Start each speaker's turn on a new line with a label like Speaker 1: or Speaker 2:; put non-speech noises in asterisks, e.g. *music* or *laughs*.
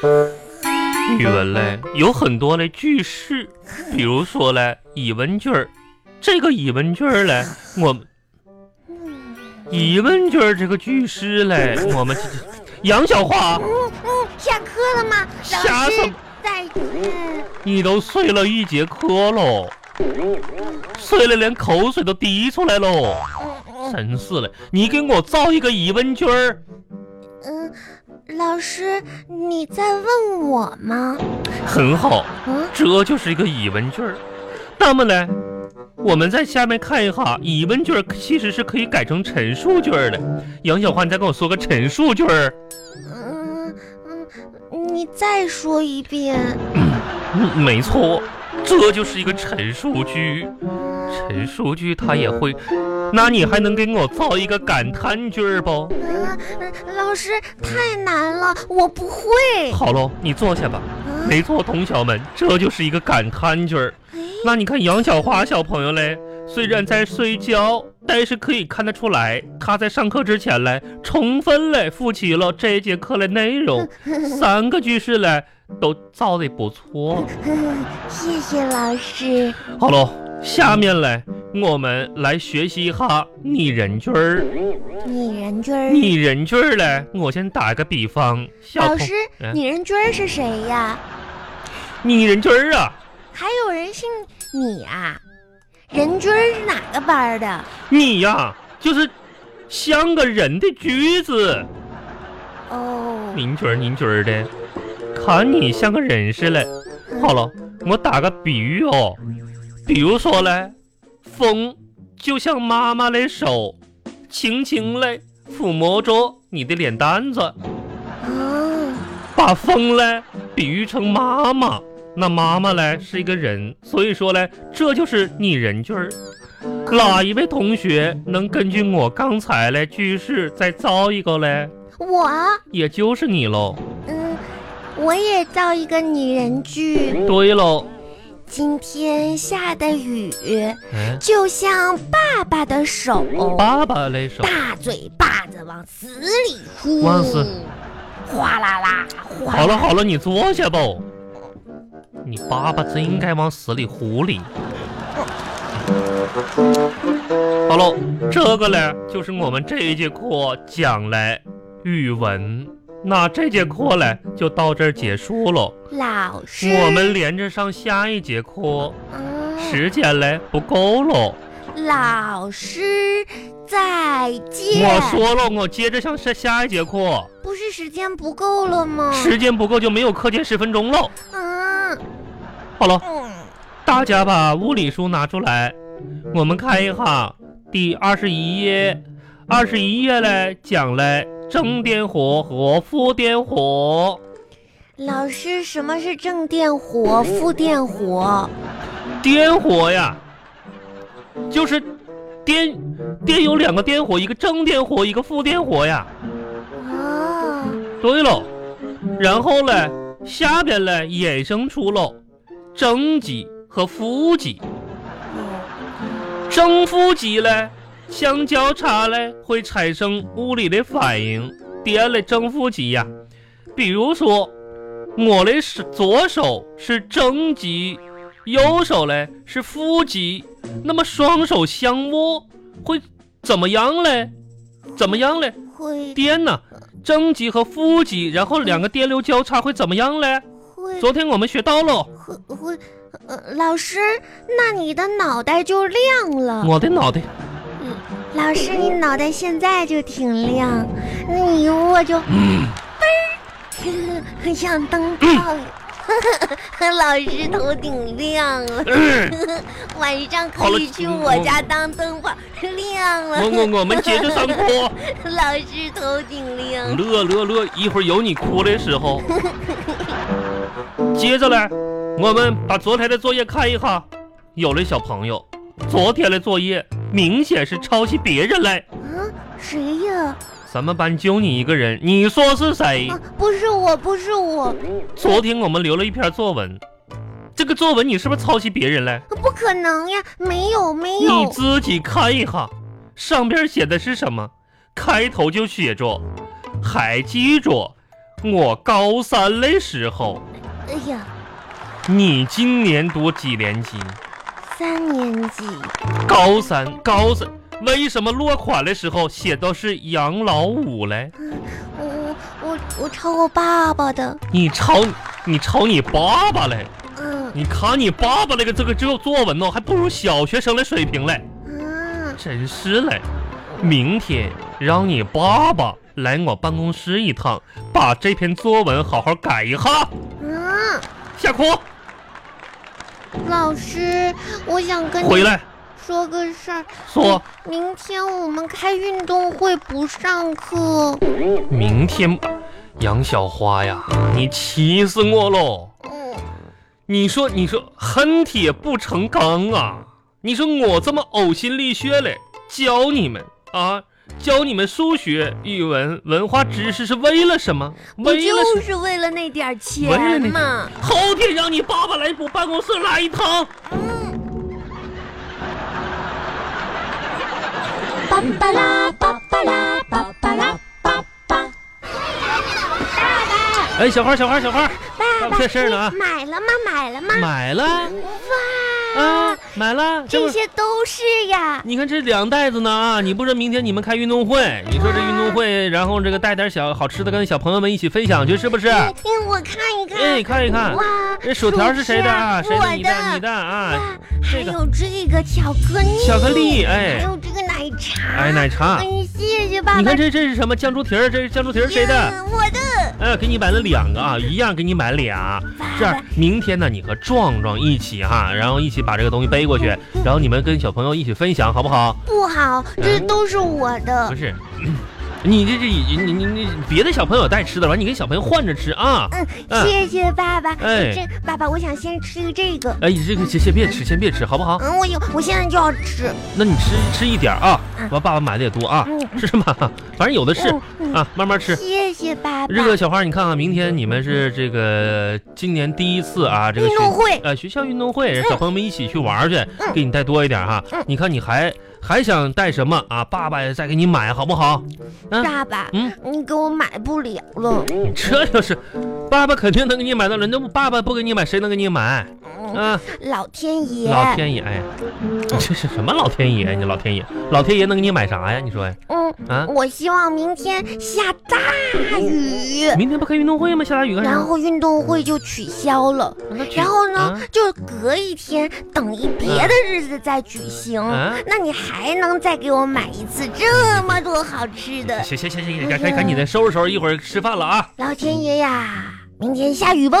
Speaker 1: 嗯
Speaker 2: 有很多的句式，比如说嘞，疑问句儿，这个疑问句儿嘞，我们
Speaker 1: 嗯
Speaker 2: 疑问句儿这个句式嘞，我们杨小花，
Speaker 1: 嗯嗯，下课了吗？
Speaker 2: 瞎什
Speaker 1: 老师
Speaker 2: 么
Speaker 1: 在，嗯，
Speaker 2: 你都睡了一节课喽，睡了连口水都滴出来喽，真是的，你给我造一个疑问句儿，
Speaker 1: 嗯，老师你在问我吗？
Speaker 2: 很好。
Speaker 1: 嗯，
Speaker 2: 这就是一个疑问句儿。那么呢，我们在下面看一下，疑问句儿其实是可以改成陈述句儿的。杨小花，你再跟我说个陈述句儿。
Speaker 1: 嗯嗯，你再说一遍。
Speaker 2: 嗯，没错，这就是一个陈述句。
Speaker 1: 啊
Speaker 2: 陈述句它也会，那你还能给我造一个感叹句儿不？
Speaker 1: 嗯，嗯老师太难了，我不会。
Speaker 2: 好喽，你坐下吧。
Speaker 1: 嗯，
Speaker 2: 没错，同学们，这就是一个感叹句儿。
Speaker 1: 哎
Speaker 2: 那你看杨小花小朋友嘞，虽然在睡觉，但是可以看得出来，她在上课之前嘞，充分嘞复习了这一节课的内
Speaker 1: *laughs*
Speaker 2: 容，三个句式嘞都造的不错。
Speaker 1: 哎 *laughs* 谢谢老师。
Speaker 2: 好喽，下面嘞，我们来学习一下拟人句儿。
Speaker 1: 拟人君儿，
Speaker 2: 拟人句儿嘞，我先打个比方，小
Speaker 1: 老
Speaker 2: 朋
Speaker 1: 师，
Speaker 2: 嗯
Speaker 1: 拟人君儿是谁呀？
Speaker 2: 拟人句儿啊，
Speaker 1: 还有人姓你啊？人君儿是哪个班儿的？
Speaker 2: 你呀、就是像个人的句子。
Speaker 1: 哦，
Speaker 2: 您觉儿您觉儿的，看你像个人似的。好了，我打个比喻哦，比如说嘞，风就像妈妈的手，轻轻嘞抚摸着你的脸蛋子，
Speaker 1: 啊，
Speaker 2: 把风嘞比喻成妈妈，那妈妈嘞是一个人，所以说嘞，这就是拟人句儿。哪一位同学能根据我刚才嘞句式再造一个嘞？
Speaker 1: 我啊，
Speaker 2: 也就是你喽。
Speaker 1: 嗯，我也造一个拟人句。
Speaker 2: 对喽，
Speaker 1: 今天下的雨，
Speaker 2: 哎。
Speaker 1: 就像爸爸的手，
Speaker 2: 爸爸那首，
Speaker 1: 大嘴巴子往死里呼，
Speaker 2: 往死
Speaker 1: 哗啦啦，哗啦
Speaker 2: 好了好了，你坐下吧。你爸爸真应该往死里糊里。好了，这个呢，就是我们这一节课讲的语文。那这节课呢，就到这儿结束了。
Speaker 1: 老师，
Speaker 2: 我们连着上下一节课，
Speaker 1: 嗯
Speaker 2: 时间嘞不够了。
Speaker 1: 老师再见。
Speaker 2: 我说了，我接着上下下一节课，
Speaker 1: 不是时间不够了吗？
Speaker 2: 时间不够就没有课间十分钟喽。
Speaker 1: 嗯
Speaker 2: 好了。
Speaker 1: 嗯
Speaker 2: 大家把物理书拿出来，我们看一下第二十一页。二十一页嘞，讲嘞正电荷和负电荷。
Speaker 1: 老师，什么是正电荷、负电荷？
Speaker 2: 电荷呀，就是电电有两个电荷，一个正电荷，一个负电荷呀。
Speaker 1: 啊，
Speaker 2: 对喽，然后嘞，下边嘞衍生出喽正极和负极。
Speaker 1: 哦
Speaker 2: 正负极嘞相交叉嘞会产生物理的反应，电的正负极呀、比如说，我的手左手是正极，右手嘞是负极，那么双手相握会怎么样嘞？怎么样嘞？
Speaker 1: 会
Speaker 2: 电呢？正极和负极，然后两个电流交叉会怎么样嘞？
Speaker 1: 会
Speaker 2: 昨天我们学到了，
Speaker 1: 会会，呃，老师，那你的脑袋就亮了。
Speaker 2: 我的脑袋
Speaker 1: 老师，你脑袋现在就挺亮，那你一握就，
Speaker 2: 嗯
Speaker 1: 嘣、儿， *laughs* 像灯泡。
Speaker 2: 嗯
Speaker 1: *laughs* 老师头顶亮了，晚上
Speaker 2: 好
Speaker 1: 可
Speaker 2: 了
Speaker 1: 以去
Speaker 2: 嗯
Speaker 1: 我
Speaker 2: 我
Speaker 1: 家当灯泡，
Speaker 2: *laughs*
Speaker 1: 亮
Speaker 2: 我
Speaker 1: 了。
Speaker 2: 我我们接着上课。
Speaker 1: 老师头顶亮。
Speaker 2: 乐乐乐，一会儿有你哭的时候。接着来，我们把昨天的作业看一下。有的小朋友，昨天的作业明显是抄袭别人嘞。
Speaker 1: 啊，谁呀？
Speaker 2: 咱们班就你一个人，你说是谁？
Speaker 1: 啊，不是我，不是我，
Speaker 2: 昨天我们留了一篇作文，这个作文你是不是抄袭别人嘞？
Speaker 1: 不可能呀，没有，没
Speaker 2: 你
Speaker 1: 有。
Speaker 2: 自己看一下，上边写的是什么？开头就写着，还记着我高三的时候。
Speaker 1: 哎呀，
Speaker 2: 你今年读几年级？
Speaker 1: 三年级，
Speaker 2: 高三，高三。为什么落款的时候写到是杨老五嘞？
Speaker 1: 我我我我抄我爸爸的，
Speaker 2: 你抄你抄你爸爸嘞？
Speaker 1: 嗯
Speaker 2: 你看你爸爸那个这个这个作文哦呢，还不如小学生的水平嘞，
Speaker 1: 嗯，
Speaker 2: 真是嘞。明天让你爸爸来我办公室一趟，把这篇作文好好改一下。
Speaker 1: 嗯，
Speaker 2: 下哭，
Speaker 1: 老师，我想跟
Speaker 2: 回
Speaker 1: 你
Speaker 2: 来
Speaker 1: 说个事儿。哎
Speaker 2: 说，
Speaker 1: 明天我们开运动会不上课。
Speaker 2: 明天杨小花呀，你气死我喽！
Speaker 1: 嗯，
Speaker 2: 你说，你说，恨铁不成钢啊！你说我这么呕心沥血嘞，教你们啊，教你们数学、语文、文化知识是为了什么？
Speaker 1: 不
Speaker 2: 为了什
Speaker 1: 就是为了那点儿
Speaker 2: 为了
Speaker 1: 钱
Speaker 2: 那
Speaker 1: 嘛？
Speaker 2: 么？后天让你爸爸来我办公室来一趟。
Speaker 1: 巴巴拉巴巴拉巴巴拉巴巴。
Speaker 2: 哎，小花，小花，小花，
Speaker 1: 爸爸，
Speaker 2: 这事儿呢啊
Speaker 1: 你买了吗？买了吗？
Speaker 2: 买了
Speaker 1: 哇，
Speaker 2: 啊，买了。这
Speaker 1: 这
Speaker 2: 不是，
Speaker 1: 些都是呀。
Speaker 2: 你看这两袋子呢啊！你不是明天你们开运动会，你说这运动会，然后这个带点小好吃的跟小朋友们一起分享去，是不是？
Speaker 1: 嗯，嗯我看一
Speaker 2: 哎，
Speaker 1: 看。
Speaker 2: 看一看。
Speaker 1: 哇，
Speaker 2: 这薯条是谁的啊？
Speaker 1: 薯
Speaker 2: 谁的？
Speaker 1: 片
Speaker 2: 你的，
Speaker 1: 我
Speaker 2: 你的啊！
Speaker 1: 哇，还
Speaker 2: 这个
Speaker 1: 有这个巧克力，
Speaker 2: 巧克力，
Speaker 1: 还
Speaker 2: 哎
Speaker 1: 有这个奶茶，
Speaker 2: 哎，奶茶。
Speaker 1: 嗯，谢谢爸爸。
Speaker 2: 你看这这是什么酱猪蹄儿？这是酱猪蹄儿谁的？
Speaker 1: 呀？我的。
Speaker 2: 哎，给你买了两个啊，一样给你买俩。这样，明天呢，你和壮壮一起哈、然后一起把这个东西背过去，
Speaker 1: 嗯
Speaker 2: 然后你们跟小朋友一起分享，好不好？
Speaker 1: 不好，这都是我
Speaker 2: 不
Speaker 1: 的。
Speaker 2: 是，你这这你你你别的小朋友带吃的，完你跟小朋友换着吃啊。
Speaker 1: 嗯，
Speaker 2: 嗯
Speaker 1: 谢谢爸爸。
Speaker 2: 哎
Speaker 1: 这爸爸，我想先吃这个。
Speaker 2: 哎，这个先先别吃，先别吃，好不好？
Speaker 1: 嗯，我有，我现在就要吃。
Speaker 2: 那你吃吃一点啊，完爸爸买的也多啊，
Speaker 1: 嗯
Speaker 2: 是吗？反正有的是
Speaker 1: 嗯嗯
Speaker 2: 啊，慢慢吃。
Speaker 1: 谢谢爸爸。
Speaker 2: 这个小花，你看看，明天你们是这个今年第一次啊，这个
Speaker 1: 运动
Speaker 2: 学
Speaker 1: 会
Speaker 2: 呃学校运动会，小朋友们一起去玩儿去，给你带多一点哈
Speaker 1: 嗯。
Speaker 2: 你看你还还想带什么啊？爸爸再给你买好不好？嗯
Speaker 1: 爸爸，
Speaker 2: 嗯，
Speaker 1: 你给我买不了了。
Speaker 2: 这就是，爸爸肯定能给你买到了，那爸爸不给你买，谁能给你买？
Speaker 1: 嗯，
Speaker 2: 啊，
Speaker 1: 老天嗯爷，
Speaker 2: 老天爷，哎呀，这是什么老天爷？你老天爷，老天爷能给你买啥呀？你说呀？
Speaker 1: 嗯，
Speaker 2: 啊，
Speaker 1: 我希望明天下大雨，
Speaker 2: 明天不开运动会吗？下大雨干
Speaker 1: 然
Speaker 2: 啥？
Speaker 1: 后运动会就取消了。
Speaker 2: 那去
Speaker 1: 然后呢
Speaker 2: 啊，
Speaker 1: 就隔一天，等一别的日子再举行
Speaker 2: 啊。
Speaker 1: 那你还能再给我买一次这么多好吃的？
Speaker 2: 行行行行，赶赶赶紧的收拾收拾，一会儿吃饭了啊。
Speaker 1: 老天爷呀，明天下雨吧。